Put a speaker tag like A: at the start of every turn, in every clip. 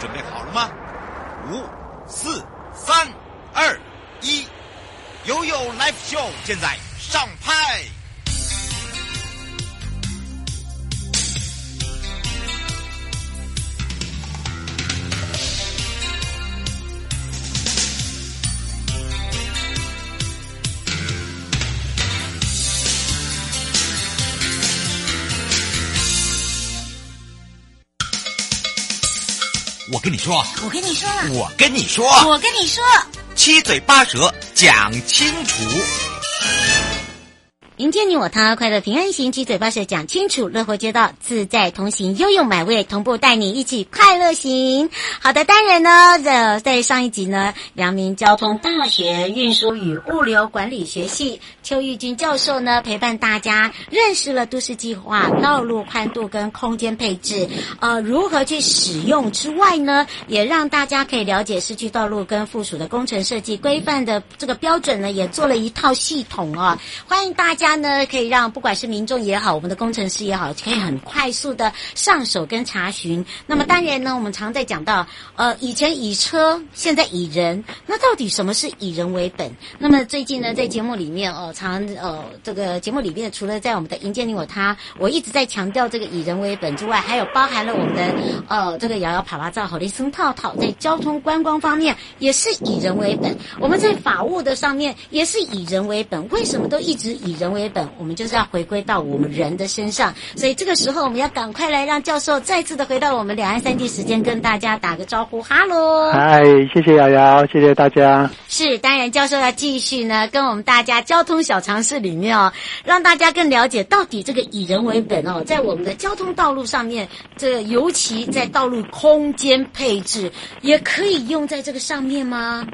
A: 准备好了吗？五、四、三、二、一，悠悠 Live Show 现在上拍。我跟你说，
B: 我跟你说，
A: 我跟你说，
B: 我跟你说，
A: 七嘴八舌讲清楚。
B: 迎接你我他，快乐平安行，七嘴八舌讲清楚，乐活街道自在同行，悠悠买位同步带你一起快乐行。好的，当然呢，呃，在上一集呢，阳明交通大学运输与物流管理学系邱玉军教授呢，陪伴大家认识了都市计划、道路宽度跟空间配置，呃，如何去使用之外呢，也让大家可以了解市区道路跟附属的工程设计规范的这个标准呢，也做了一套系统啊。欢迎大家呢，可以让不管是民众也好，我们的工程师也好，可以很快速的上手跟查询。那么当然呢，我们常在讲到，呃，以前以车，现在以人，那到底什么是以人为本？那么最近呢，在节目里面哦，常呃这个节目里面，除了在我们的“迎接你我他”，我一直在强调这个以人为本之外，还有包含了我们的呃这个“摇摇啪啪照”、“好的声套套”在交通观光方面也是以人为本。我们在法务的上面也是以人为本，为什么都一直以人为本？我们就是要回归到我们人的身上。所以这个时候，我们要赶快来让教授再次的回到我们两岸三地时间，跟大家打个招呼，哈喽。
C: 嗨，谢谢瑶瑶，谢谢大家。
B: 是，当然，教授要继续呢，跟我们大家交通小常识里面哦，让大家更了解到底这个以人为本哦，在我们的交通道路上面，这个尤其在道路空间配置，也可以用在这个上面吗？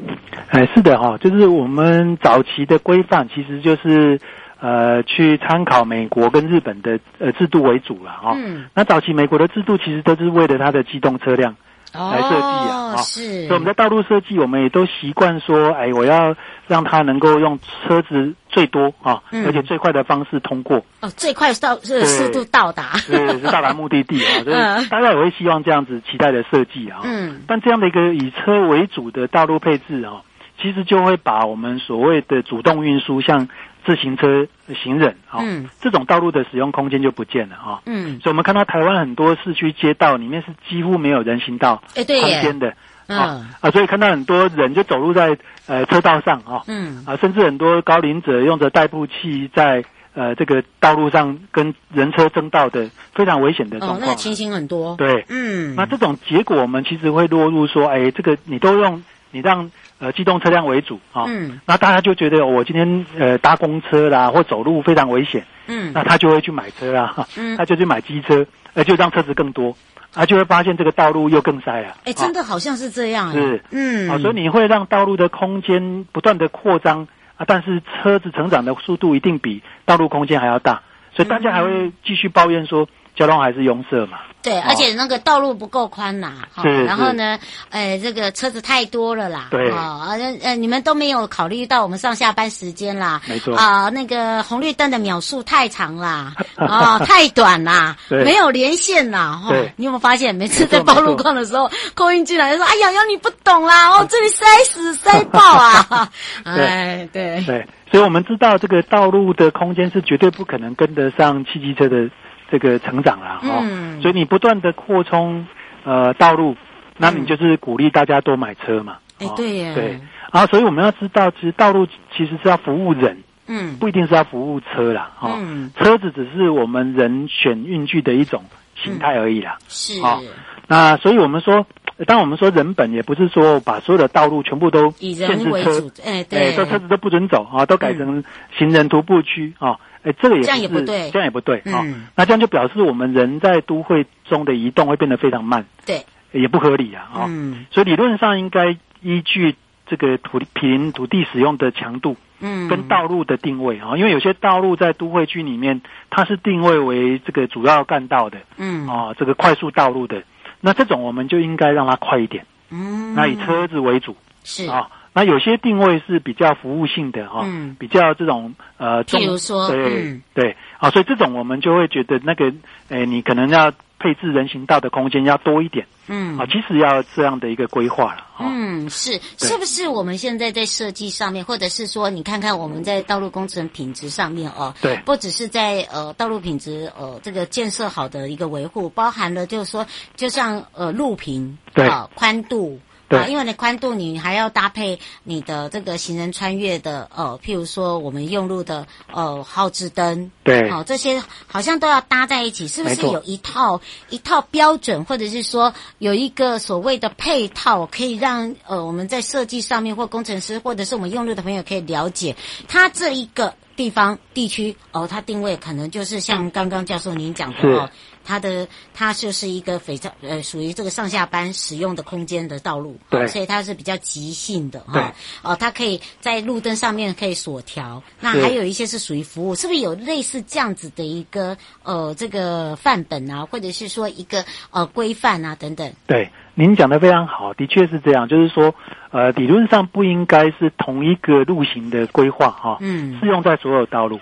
C: 哎，是的哈、就是我们早期的规范其实就是呃去参考美国跟日本的呃制度为主了哈、
B: 嗯，
C: 那早期美国的制度其实都是为了它的机动车辆，来设计啊
B: 哦
C: 哦
B: 是
C: 所以我们在道路设计，我们也都习惯说，哎，我要让它能够用车子最多啊，
B: 嗯
C: 而且最快的方式通过，
B: 哦，最快到这个
C: 对
B: 速度到达，
C: 对，是到达目的地啊。所
B: 嗯
C: 以大家也会希望这样子期待的设计啊。
B: 嗯
C: 但这样的一个以车为主的道路配置啊，其实就会把我们所谓的主动运输，像自行车、行人啊，
B: 嗯
C: 这种道路的使用空间就不见了啊。
B: 嗯，
C: 所以我们看到台湾很多市区街道里面是几乎没有人行道
B: 哎对
C: 空
B: 耶，
C: 间的
B: 嗯
C: 啊啊，所以看到很多人就走路在呃车道上啊
B: 嗯
C: 啊，甚至很多高龄者用着代步器在呃这个道路上跟人车争道的非常危险的
B: 哦
C: 状，
B: 那
C: 况。啊
B: 情形很多，
C: 对，
B: 嗯，
C: 那这种结果，我们其实会落入说，哎，这个你都用你让呃机动车辆为主啊，
B: 嗯
C: 那大家就觉得我今天呃搭公车啦或走路非常危险，
B: 嗯
C: 那他就会去买车啦，哈
B: 嗯
C: 他，就去买机车，呃就让车子更多，啊就会发现这个道路又更塞了。
B: 哎，真
C: 的
B: 的好像是这样，哎
C: 是
B: 嗯，
C: 啊，所以你会让道路的空间不断的扩张啊，但是车子成长的速度一定比道路空间还要大，所以大家还
B: 嗯
C: 会继续抱怨说交通还是拥塞嘛。
B: 对，而且那个道路不够宽呐、哈、
C: 是
B: 然后呢，呃，这个车子太多了啦，
C: 嗯对
B: 啊、呃呃，你们都没有考虑到我们上下班时间啦，
C: 没错
B: 啊、那个红绿灯的秒数太长啦， 哦，太短啦，
C: 对
B: 没有连线啦，哈、
C: 对
B: 你有没有发现，每次在
C: 没错
B: 报路况的时候，空运进来就说：“哎，瑶瑶你不懂啦，哦，这里塞死塞爆 啊！”哎，对，
C: 对，所以我们知道这个道路的空间是绝对不可能跟得上汽机车的这个成长啦，哦，
B: 嗯
C: 所以你不断的扩充呃道路，那
B: 嗯
C: 你就是鼓励大家多买车嘛。
B: 哎
C: 哦
B: 对耶
C: 对，啊，所以我们要知道，其实道路其实是要服务人，
B: 嗯
C: 不一定是要服务车啦，哦，
B: 嗯，
C: 车子只是我
B: 嗯
C: 们人选运具的一种形态而已啦。
B: 是，
C: 哦那所以我们说，当然我们说人本也不是说把所有的道路全部都
B: 以
C: 限
B: 人
C: 制
B: 为
C: 车
B: 主，哎，
C: 哎，
B: 对，
C: 说车子都不准走啊，都改成行人徒步区啊，哎，这个也
B: 这样也不
C: 是
B: 对
C: 这样也不对啊
B: 嗯。
C: 那这样就表示我们人在都会中的移动会变得非常慢，
B: 对，
C: 也不合理啊啊。
B: 嗯
C: 所以理论上应该依据这个土地平土地使用的强度
B: 嗯，
C: 跟道路的定位啊，因为有些道路在都会区里面，它是定位为这个主要干道的
B: 嗯
C: 啊，这个快速道路的。那这种我们就应该让它快一点，
B: 嗯，
C: 那以车子为主。
B: 是
C: 啊、那有些定位是比较服务性的哈、
B: 嗯
C: 比较这种呃，
B: 譬如
C: 重
B: 说
C: 对、
B: 嗯
C: 对，啊，所以这种我们就会觉得那个，诶、你可能要配置人行道的空间要多一点
B: 嗯
C: 啊，其实要这样的一个规划了啊。
B: 嗯，是
C: 对
B: 是不是我们现在在设计上面，或者是说你看看我们在道路工程品质上面哦，
C: 对
B: 不只是在呃道路品质呃这个建设好的一个维护，包含了就是说，就像呃路平
C: 对
B: 啊、宽度。
C: 对
B: 啊，因为你宽度你还要搭配你的这个行人穿越的，呃，譬如说我们用路的呃号志灯，
C: 对
B: 好、这些好像都要搭在一起，是不
C: 没
B: 是
C: 错
B: 有一套一套标准，或者是说有一个所谓的配套，可以让呃我们在设计上面或工程师或者是我们用路的朋友可以了解它这一个地方地区哦，它定位可能就是像刚刚教授您讲的
C: 是
B: 哦，它的它就是一个非常呃属于这个上下班使用的空间的道路，
C: 对
B: 哦所以它是比较急性的
C: 对
B: 哈、哦，它可以在路灯上面可以锁条，那
C: 是
B: 还有一些是属于服务，是不是有类似这样子的一个呃这个范本啊，或者是说一个呃规范啊等等？
C: 对，您讲的非常好，的确是这样，就是说，呃，理论上不应该是同一个路型的规划哈、
B: 嗯
C: 适用在所有道路。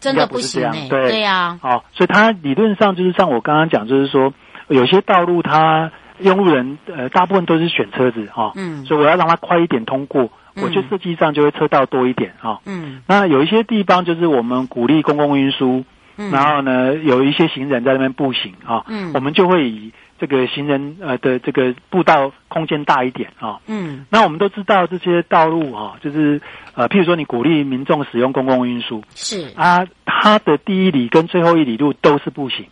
B: 真的行哎、
C: 应该不是这样对
B: 对呀、
C: 好、所以它理论上就是像我刚刚讲，就是说有些道路它用路人呃大部分都是选车子哈、
B: 嗯
C: 所以我要让它快一点通过，
B: 嗯
C: 我就设计上就会车道多一点啊、
B: 嗯
C: 那有一些地方就是我们鼓励公共运输，
B: 嗯，
C: 然后呢有一些行人在那边步行啊、
B: 嗯
C: 我们就会以这个行人呃的这个步道空间大一点啊、
B: 嗯
C: 那我们都知道这些道路啊，就是呃，譬如说你鼓励民众使用公共运输
B: 是
C: 啊，它的第一里跟最后一里路都是步行。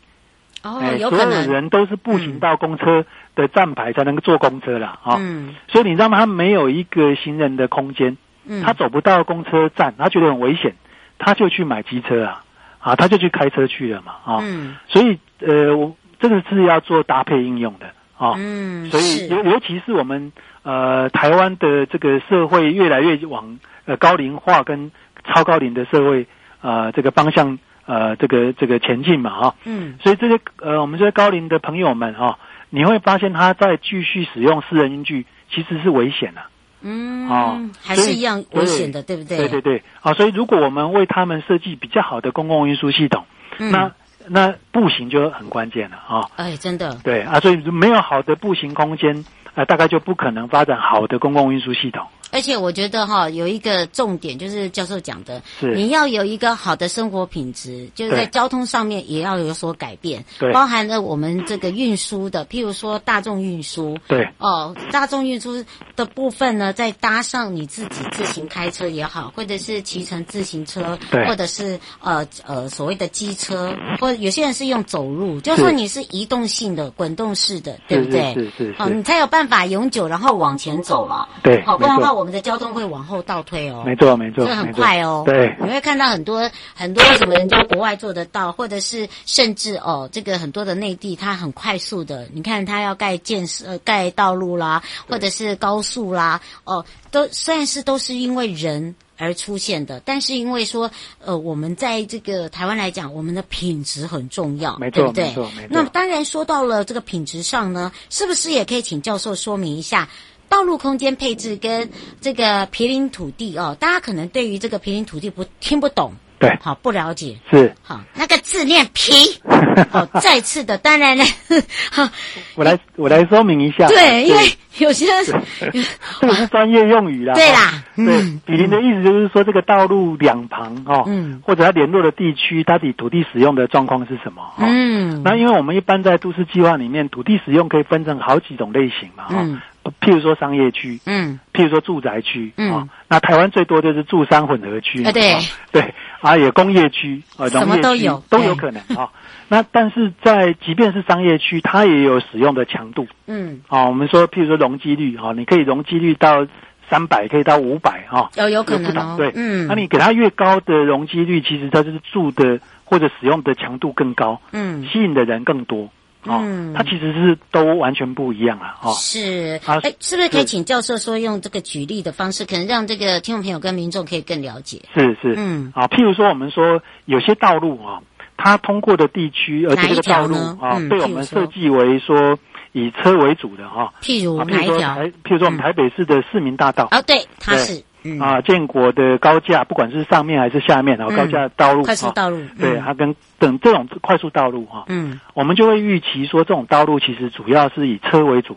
B: 哦
C: 哎，，
B: 有
C: 所
B: 可
C: 有
B: 能
C: 人都是步行到公车的站牌才能坐公车啦。啊、
B: 嗯
C: 所以你让他没有一个行人的空间，
B: 嗯，
C: 他走不到公车站，他觉得很危险，他就去买机车啊，啊，他就去开车去了嘛，啊，
B: 嗯
C: 所以呃，我这个是要做搭配应用的啊，
B: 嗯
C: 所以尤
B: 是
C: 尤其是我们呃台湾的这个社会越来越往呃高龄化跟超高龄的社会呃这个方向呃这个这个前进嘛啊，
B: 嗯
C: 所以这些呃，我们这些高龄的朋友们哈、你会发现他在继续使用私人工具，其实是危险的、
B: 嗯
C: 哦
B: 还
C: 所
B: 是
C: 以
B: 一样
C: 对
B: 危险的，对不对？
C: 对对对，啊，所以如果我们为他们设计比较好的公共运输系统，
B: 嗯
C: 那那步行就很关键了啊、
B: 哎，真的
C: 对啊，所以没有好的步行空间，啊，大概就不可能发展好的公共运输系统。
B: 而且我觉得哈，有一个重点就是教授讲的，
C: 是
B: 你要有一个好的生活品质，就是在
C: 对
B: 交通上面也要有所改变，
C: 对
B: 包含了我们这个运输的，譬如说大众运输。
C: 对
B: 哦，大众运输的部分呢，再搭上你自己自行开车也好，或者是骑乘自行车，
C: 对
B: 或者是呃呃所谓的机车，或者有些人是用走路，就是说
C: 是
B: 你是移动性的、滚动式的，对不对？
C: 是是是
B: 哦，
C: 是
B: 你才有办法永久然后往前走嘛。哦
C: 对
B: 好，不然的
C: 没
B: 话，
C: 错
B: 我们的交通会往后倒退哦。
C: 没错没
B: 这
C: 错，
B: 个很
C: 没错
B: 快哦，
C: 对
B: 你会看到很多很多什么人家国外做得到，或者是甚至哦，这个很多的内地它很快速的，你看它要盖建设、呃盖道路啦，或者是高速啦，哦，都虽然是都是因为人而出现的，但是因为说呃，我们在这个台湾来讲，我们的品质很重要，
C: 没错
B: 对不对？
C: 没错没错
B: 那么当然说到了这个品质上呢，是不是也可以请教授说明一下？道路空间配置跟这个毗邻土地哦，大家可能对于这个毗邻土地不听不懂，
C: 对
B: 好不了解，
C: 是。
B: 好那个字念皮， 好再次的，当然呢， 好
C: 我来我来说明一下，
B: 对，因为有些人
C: 这个是专业用语啦。
B: 对啦
C: 哦对，比邻的意思就是说，这个道路两旁哦，
B: 嗯
C: 或者它联络的地区，它的土地使用的状况是什么？哦，
B: 嗯
C: 那因为我们一般在都市计划里面，土地使用可以分成好几种类型嘛，哈、哦
B: 嗯
C: 譬如说商业区，
B: 嗯，
C: 譬如说住宅区，
B: 嗯
C: 哦，那台湾最多就是住商混合区，
B: 啊对
C: 哦对，啊有工业区，啊
B: 什么
C: 农业区
B: 都有
C: 都
B: 对
C: 有可能啊、哦那但是在即便是商业区，它也有使用的强度
B: 嗯，
C: 啊、哦我们说譬如说容积率啊、哦你可以容积率到三百，可以到五百哈。哦
B: 有有可
C: 有不
B: 能哦
C: 同，对，
B: 嗯，
C: 那你给它越高的容积率，其实它就是住的或者使用的强度更高，
B: 嗯
C: 吸引的人更多，哦，
B: 嗯
C: 它其实是都完全不一样啊，哦，
B: 是，
C: 啊
B: 哎，是不是可以
C: 是
B: 请教授说用这个举例的方式，可能让这个听众朋友跟民众可以更了解？
C: 是是，
B: 嗯
C: 啊，譬如说我们说有些道路啊，它通过的地区，而且这个道路
B: 哪一条呢
C: 啊
B: 嗯，
C: 被我
B: 譬如
C: 们
B: 说
C: 设计为说以车为主的哈，
B: 譬如
C: 啊，譬
B: 哪
C: 如
B: 一
C: 说
B: 条
C: 台？，譬如说我
B: 嗯
C: 们台北市的市民大道。
B: 哦，对，它
C: 对
B: 是，嗯，
C: 啊，建国的高架，不管是上面还是下面啊，
B: 嗯
C: 高架道路，
B: 快速
C: 啊
B: 道路，
C: 对，
B: 嗯
C: 它跟等这种快速道路哈，
B: 嗯，
C: 我们就会预期说，这种道路其实主要是以车为主，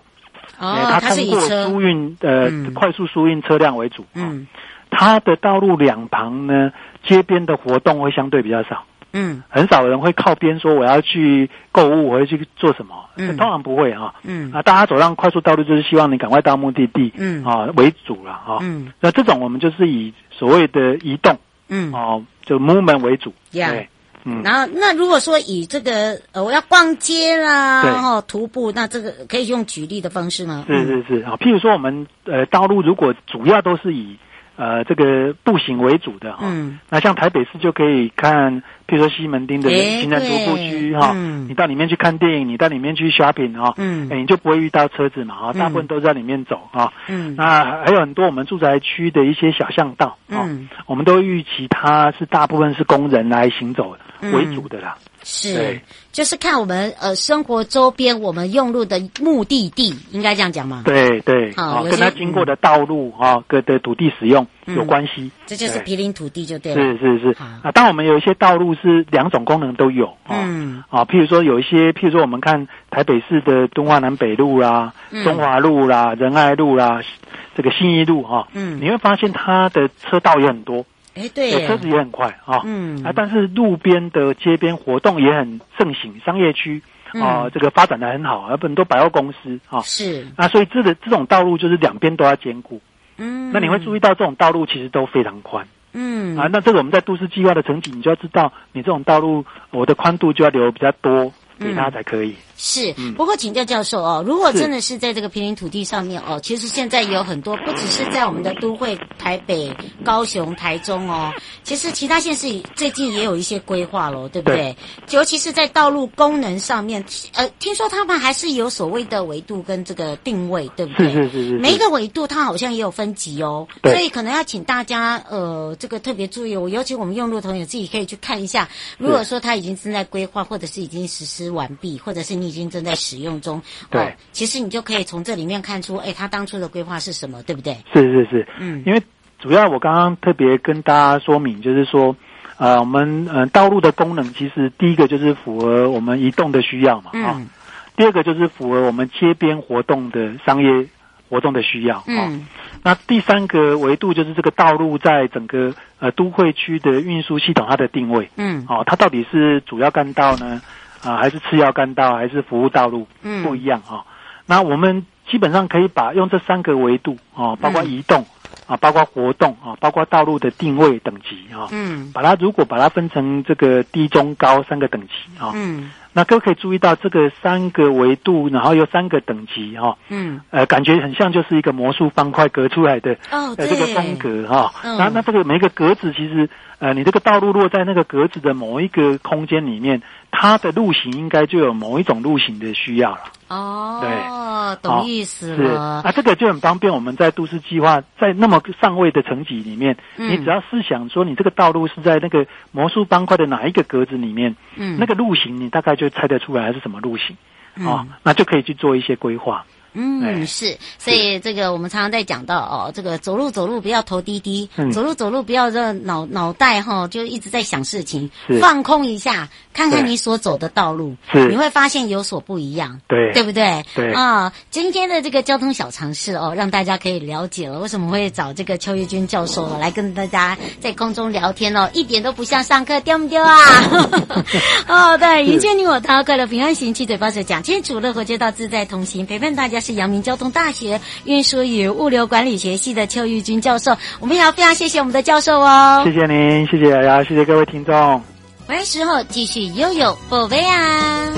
C: 呃
B: 哦，它是
C: 通
B: 以
C: 过
B: 车，
C: 疏运呃、
B: 嗯
C: 快速疏运车辆为主。嗯，
B: 嗯
C: 它的道路两旁呢，街边的活动会相对比较少，
B: 嗯
C: 很少人会靠边说我要去购物，我要去做什么，
B: 嗯
C: 通常不会啊。
B: 嗯
C: 啊，大家走上快速道路就是希望你赶快到目的地，
B: 嗯
C: 啊为主了啊。
B: 嗯
C: 那这种我们就是以所谓的移动
B: 嗯，
C: 哦、就 movement 为主。
B: Yeah
C: 对，嗯，
B: 然后那如果说以这个呃，我要逛街啦，
C: 对
B: 然后徒步，那这个可以用举例的方式吗？
C: 是是是啊，譬如说我们呃道路如果主要都是以呃这个步行为主的哈、啊
B: 嗯
C: 那像台北市就可以看，譬如说西门町的
B: 诶
C: 行人徒步区
B: 对
C: 哈、
B: 嗯
C: 你到里面去看电影，你到里面去 shopping 哈、
B: 嗯
C: 诶你就不会遇到车子嘛啊，
B: 嗯
C: 大部分都在里面走啊。
B: 嗯
C: 那还有很多我们住宅区的一些小巷道啊、
B: 嗯
C: 我们都预期它是大部分是工人来行走
B: 嗯
C: 为主的啦。
B: 是
C: 对，
B: 就是看我们呃生活周边我们用路的目的地，应该这样讲吗？
C: 对对，
B: 好
C: 啊、
B: 有些
C: 跟它经过的道路啊、跟的土地使用有
B: 嗯
C: 关系。
B: 这就是
C: 对
B: 毗邻土地就对了。
C: 是是是
B: 好
C: 啊，当我们有一些道路是两种功能都有啊、
B: 嗯
C: 啊，譬如说有一些，譬如说我们看台北市的敦化南北路啦、
B: 嗯
C: 中华路啦、仁爱路啦、这个信义路啊，
B: 嗯
C: 你会发现它的车道也很多，
B: 哎，对
C: 对，车
B: 耶
C: 子，也很快啊，
B: 嗯
C: 啊，但是路边的街边活动也很盛行，商业区啊、
B: 嗯
C: 这个发展的很好，有很多百货公司啊。
B: 是，
C: 啊，所以这个这种道路就是两边都要兼顾。
B: 嗯，
C: 那你会注意到这种道路其实都非常宽，
B: 嗯
C: 啊，那这个我们在都市计划的层级，你就要知道，你这种道路我的宽度就要留比较多给
B: 嗯
C: 他才可以。
B: 是，
C: 嗯
B: 不过请教教授哦，如果
C: 是
B: 真的是在这个平林土地上面哦，其实现在有很多，不只是在我们的都会台北、高雄、台中哦，其实其他县市最近也有一些规划喽，对不对？尤其是在道路功能上面，呃，听说他们还是有所谓的维度跟这个定位，对不对？
C: 是是是是
B: 每一个维度它好像也有分级哦，
C: 对
B: 所以可能要请大家呃这个特别注意哦，尤其我们用路同友自己可以去看一下，如果说它已经正在规划，或者是已经实施完毕，或者是你已经正在使用中，哦
C: 对，
B: 其实你就可以从这里面看出，哎，它当初的规划是什么，对不对？
C: 是是是，
B: 嗯
C: 因为主要我刚刚特别跟大家说明，就是说，呃，我们呃道路的功能其实第一个就是符合我们移动的需要嘛，啊、
B: 嗯
C: 第二个就是符合我们街边活动的商业活动的需要，啊、
B: 嗯
C: 那第三个维度就是这个道路在整个呃都会区的运输系统它的定位，
B: 嗯
C: 哦，它到底是主要干道呢，啊，还是次要干道，还是服务道路，
B: 嗯
C: 不一样哈、哦。那我们基本上可以把用这三个维度哦，包括
B: 嗯
C: 移动、啊，包括活动啊，包括道路的定位等级啊、哦，
B: 嗯
C: 把它如果把它分成这个低、中、高三个等级啊、哦，
B: 嗯
C: 那各位可以注意到这个三个维度，然后有三个等级哈、哦，
B: 嗯，
C: 呃，感觉很像就是一个魔术方块隔出来的
B: 哦，
C: 呃，
B: 对，
C: 这个风格哈、
B: 嗯
C: 那那这个每一个格子，其实呃，你这个道路落在那个格子的某一个空间里面，它的路型应该就有某一种路型的需要了。
B: 哦，
C: 对
B: 懂
C: 好
B: 意思
C: 是
B: 了，
C: 啊，这个就很方便。我们在都市计划在那么上位的层级里面，
B: 嗯
C: 你只要是想说你这个道路是在那个魔术方块的哪一个格子里面，
B: 嗯
C: 那个路型你大概就猜得出来它是什么路型啊、
B: 嗯
C: 那就可以去做一些规划。
B: 嗯，
C: 哎
B: 是，所以这个我们常常在讲到哦，这个走路走路不要头低低，
C: 嗯
B: 走路走路不要这脑脑袋哈、就一直在想事情
C: 是，
B: 放空一下，看看
C: 对
B: 你所走的道路，
C: 是
B: 你会发现有所不一样。
C: 对
B: 对不对？
C: 对
B: 啊、今天的这个交通小常识哦，让大家可以了解了为什么会找这个邱玉君教授哦来跟大家在空中聊天哦，一点都不像上课，丢不丢啊？ 哦，对，迎接你我他，快乐平安行，七嘴八舌讲清楚，乐活街道自在同行，陪伴大家。是阳明交通大学运输与物流管理学系的邱玉军教授。我们也要非常谢谢我们的教授哦。
C: 谢谢您，谢谢大家，谢谢各位听众。
B: 回来时候继续悠悠宝贝啊！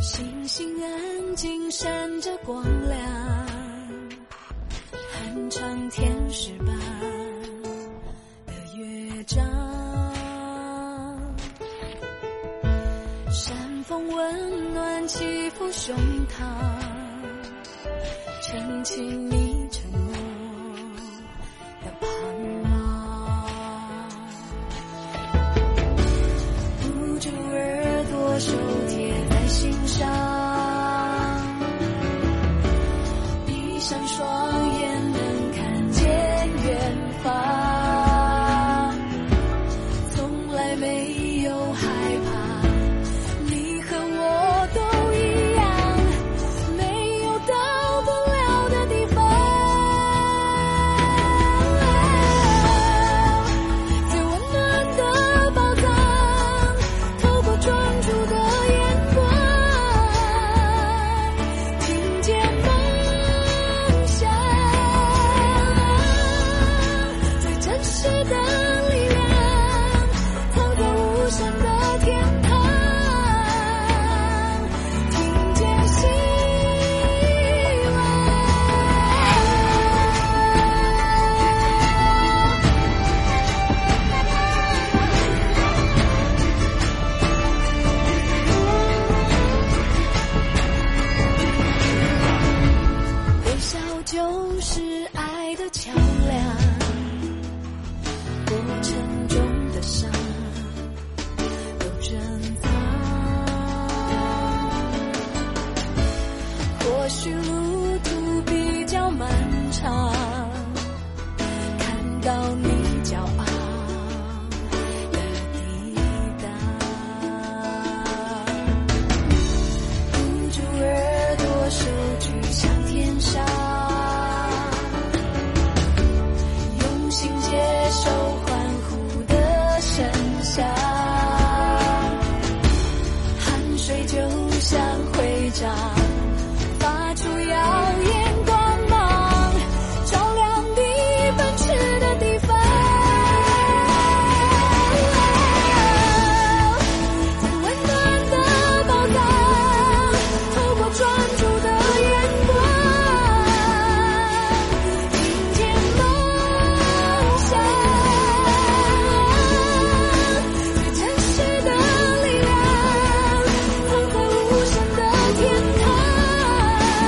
D: 星星安静闪着光亮，酣畅天使般的乐章。山风温暖起伏胸膛，撑起你沉默的盼望。捂住耳朵，手贴在心上，闭上双眼，能看见远方。从来没有害怕，你和我都一样，没有到不了的地方。最温暖的宝藏，透过专注的眼光，听见梦想。最真实的力量，藏在无声的天堂，听见希望。微笑就是爱的桥梁，过程中的伤都珍藏。或许路途比较漫长，看到你骄傲的抵达。捂住耳朵，手指向天上，用心接受欢呼的声响。汗水就像徽章，发出耀眼光芒，照亮你奔驰的地方。最温暖的宝藏，透过专注的眼光，听见梦想。最真实的力量，藏在无声的天堂，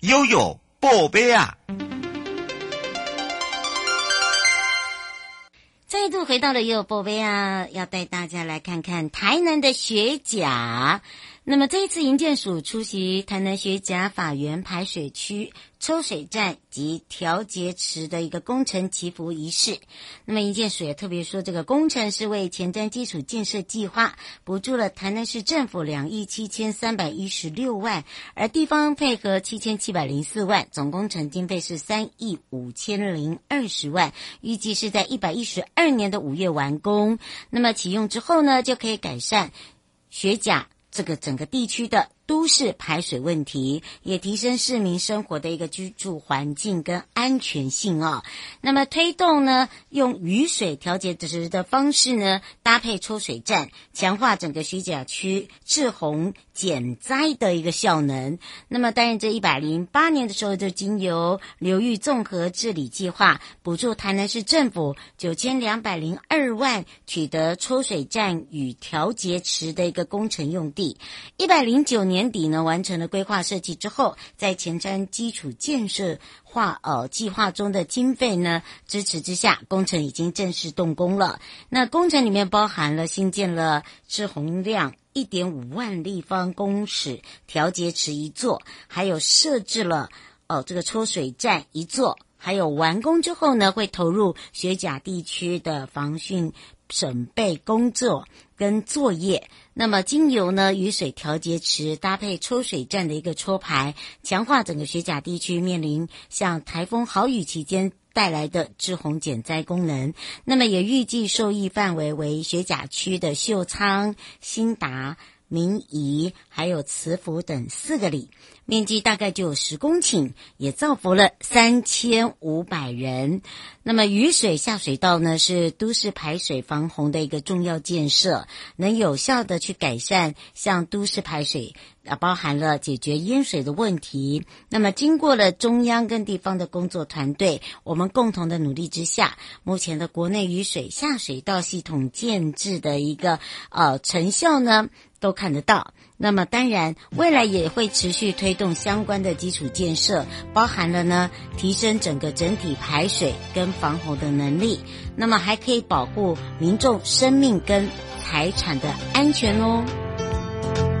A: 悠悠宝贝啊！
B: 再度回到了悠悠波威啊，要带大家来看看台南的雪甲。那么这一次，营建署出席台南雪甲法源排水区抽水站及调节池的一个工程祈福仪式。那么营建署也特别说，这个工程是为前瞻基础建设计划补助了台南市政府两亿七千三百一十六万，而地方配合七千七百零四万，总工程经费是三亿五千零二十万，预计是在一百一十二年的五月完工。那么启用之后呢，就可以改善雪甲这个整个地区的都市排水问题，也提升市民生活的一个居住环境跟安全性哦。那么推动呢，用雨水调节池的方式呢，搭配抽水站，强化整个徐甲区治洪减灾的一个效能。那么担任这一百零八年的时候，就经由流域综合治理计划补助台南市政府九千两百零二万，取得抽水站与调节池的一个工程用地。一百零九年底呢，完成了规划设计之后，在前瞻基础建设划呃计划中的经费呢支持之下，工程已经正式动工了。那工程里面包含了新建了志洪量。一点五万立方公尺调节池一座，还有设置了呃这个抽水站一座，还有完工之后呢，会投入雪甲地区的防汛准备工作跟作业。那么经由呢雨水调节池搭配抽水站的一个抽排，强化整个雪甲地区面临像台风豪雨期间带来的治洪减灾功能。那么也预计受益范围为雪甲区的秀仓、新达、民宜，还有慈福等四个里，面积大概就有十公顷，也造福了三千五百人。那么雨水下水道呢，是都市排水防洪的一个重要建设，能有效的去改善像都市排水啊，包含了解决淹水的问题。那么经过了中央跟地方的工作团队，我们共同的努力之下，目前的国内雨水下水道系统建制的一个呃成效呢，都看得到。那么当然，未来也会持续推动相关的基础建设，包含了呢提升整个整体排水跟防洪的能力，那么还可以保护民众生命跟财产的安全哦。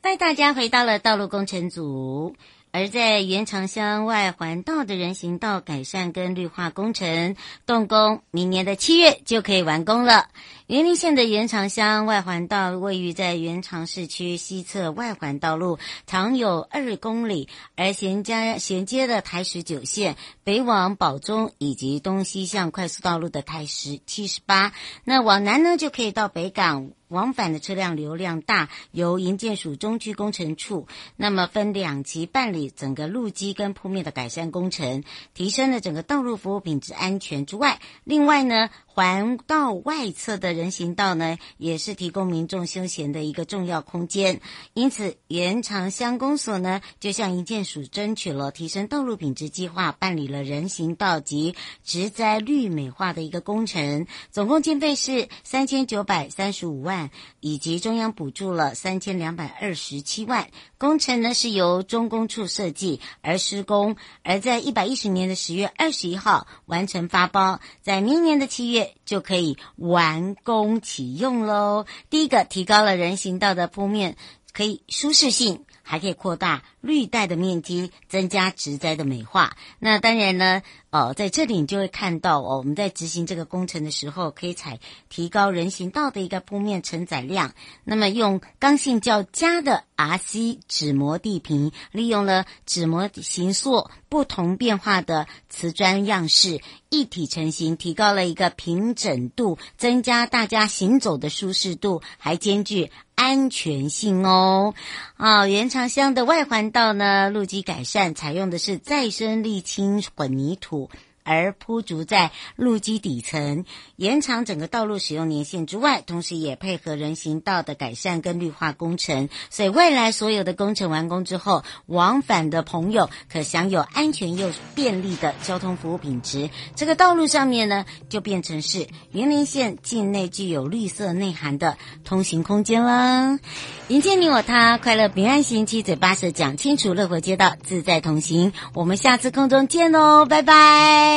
B: 带大家回到了道路工程组。而在原长乡外环道的人行道改善跟绿化工程动工，明年的七月就可以完工了。云林县的原长乡外环道位于在原长市区西侧外环道路，长有二公里，而衔接衔接了台十九线北往保中以及东西向快速道路的台十七十八。那往南呢，就可以到北港。往返的车辆流量大，由营建署中区工程处那么分两期办理整个路基跟铺面的改善工程，提升了整个道路服务品质安全之外，另外呢，环道外侧的人行道呢，也是提供民众休闲的一个重要空间。因此，原长乡公所呢，就向营建署争取了提升道路品质计划，办理了人行道及植栽绿美化的一个工程，总共经费是三千九百三十五万。以及中央补助了三千两百二十七万。工程呢是由中工处设计而施工，而在一百一十年的十月二十一号完成发包，在明年的七月就可以完工启用喽。第一个提高了人行道的铺面，可以舒适性。还可以扩大绿带的面积，增加植栽的美化。那当然呢，呃，在这里你就会看到哦，我们在执行这个工程的时候，可以采提高人行道的一个铺面承载量。那么用刚性较佳的 RC 纸膜地坪，利用了纸膜形塑不同变化的瓷砖样式一体成型，提高了一个平整度，增加大家行走的舒适度，还兼具。安全性哦，啊，原长乡的外环道呢，路基改善，采用的是再生沥青混凝土。而铺足在路基底层，延长整个道路使用年限之外，同时也配合人行道的改善跟绿化工程。所以未来所有的工程完工之后，往返的朋友可享有安全又便利的交通服务品质。这个道路上面呢，就变成是云林县境内具有绿色内涵的通行空间啦。迎接你我他，快乐平安行，七嘴八舌讲清楚，乐活街道自在同行。我们下次空中见哦，拜拜。